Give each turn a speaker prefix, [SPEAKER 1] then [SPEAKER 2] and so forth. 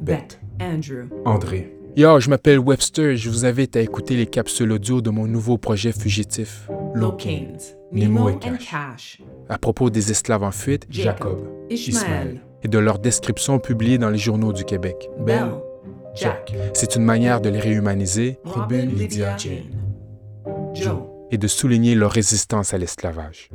[SPEAKER 1] Beth,
[SPEAKER 2] Andrew,
[SPEAKER 1] André.
[SPEAKER 3] Yo, je m'appelle Webster et je vous invite à écouter les capsules audio de mon nouveau projet fugitif, Loki,
[SPEAKER 2] Locaines,
[SPEAKER 1] Nemo
[SPEAKER 2] Nemo
[SPEAKER 1] et
[SPEAKER 2] and
[SPEAKER 1] Cash.
[SPEAKER 2] Cash,
[SPEAKER 3] à propos des esclaves en fuite
[SPEAKER 1] Jacob, Ismaël,
[SPEAKER 2] Ishmael,
[SPEAKER 3] et de leurs descriptions publiées dans les journaux du Québec. Ben,
[SPEAKER 2] Bell, Jack,
[SPEAKER 1] Jack,
[SPEAKER 3] C'est une manière de les réhumaniser
[SPEAKER 1] Robin,
[SPEAKER 2] Robin,
[SPEAKER 1] Lydia,
[SPEAKER 2] Lydia, Jane, Joe,
[SPEAKER 3] et de souligner leur résistance à l'esclavage.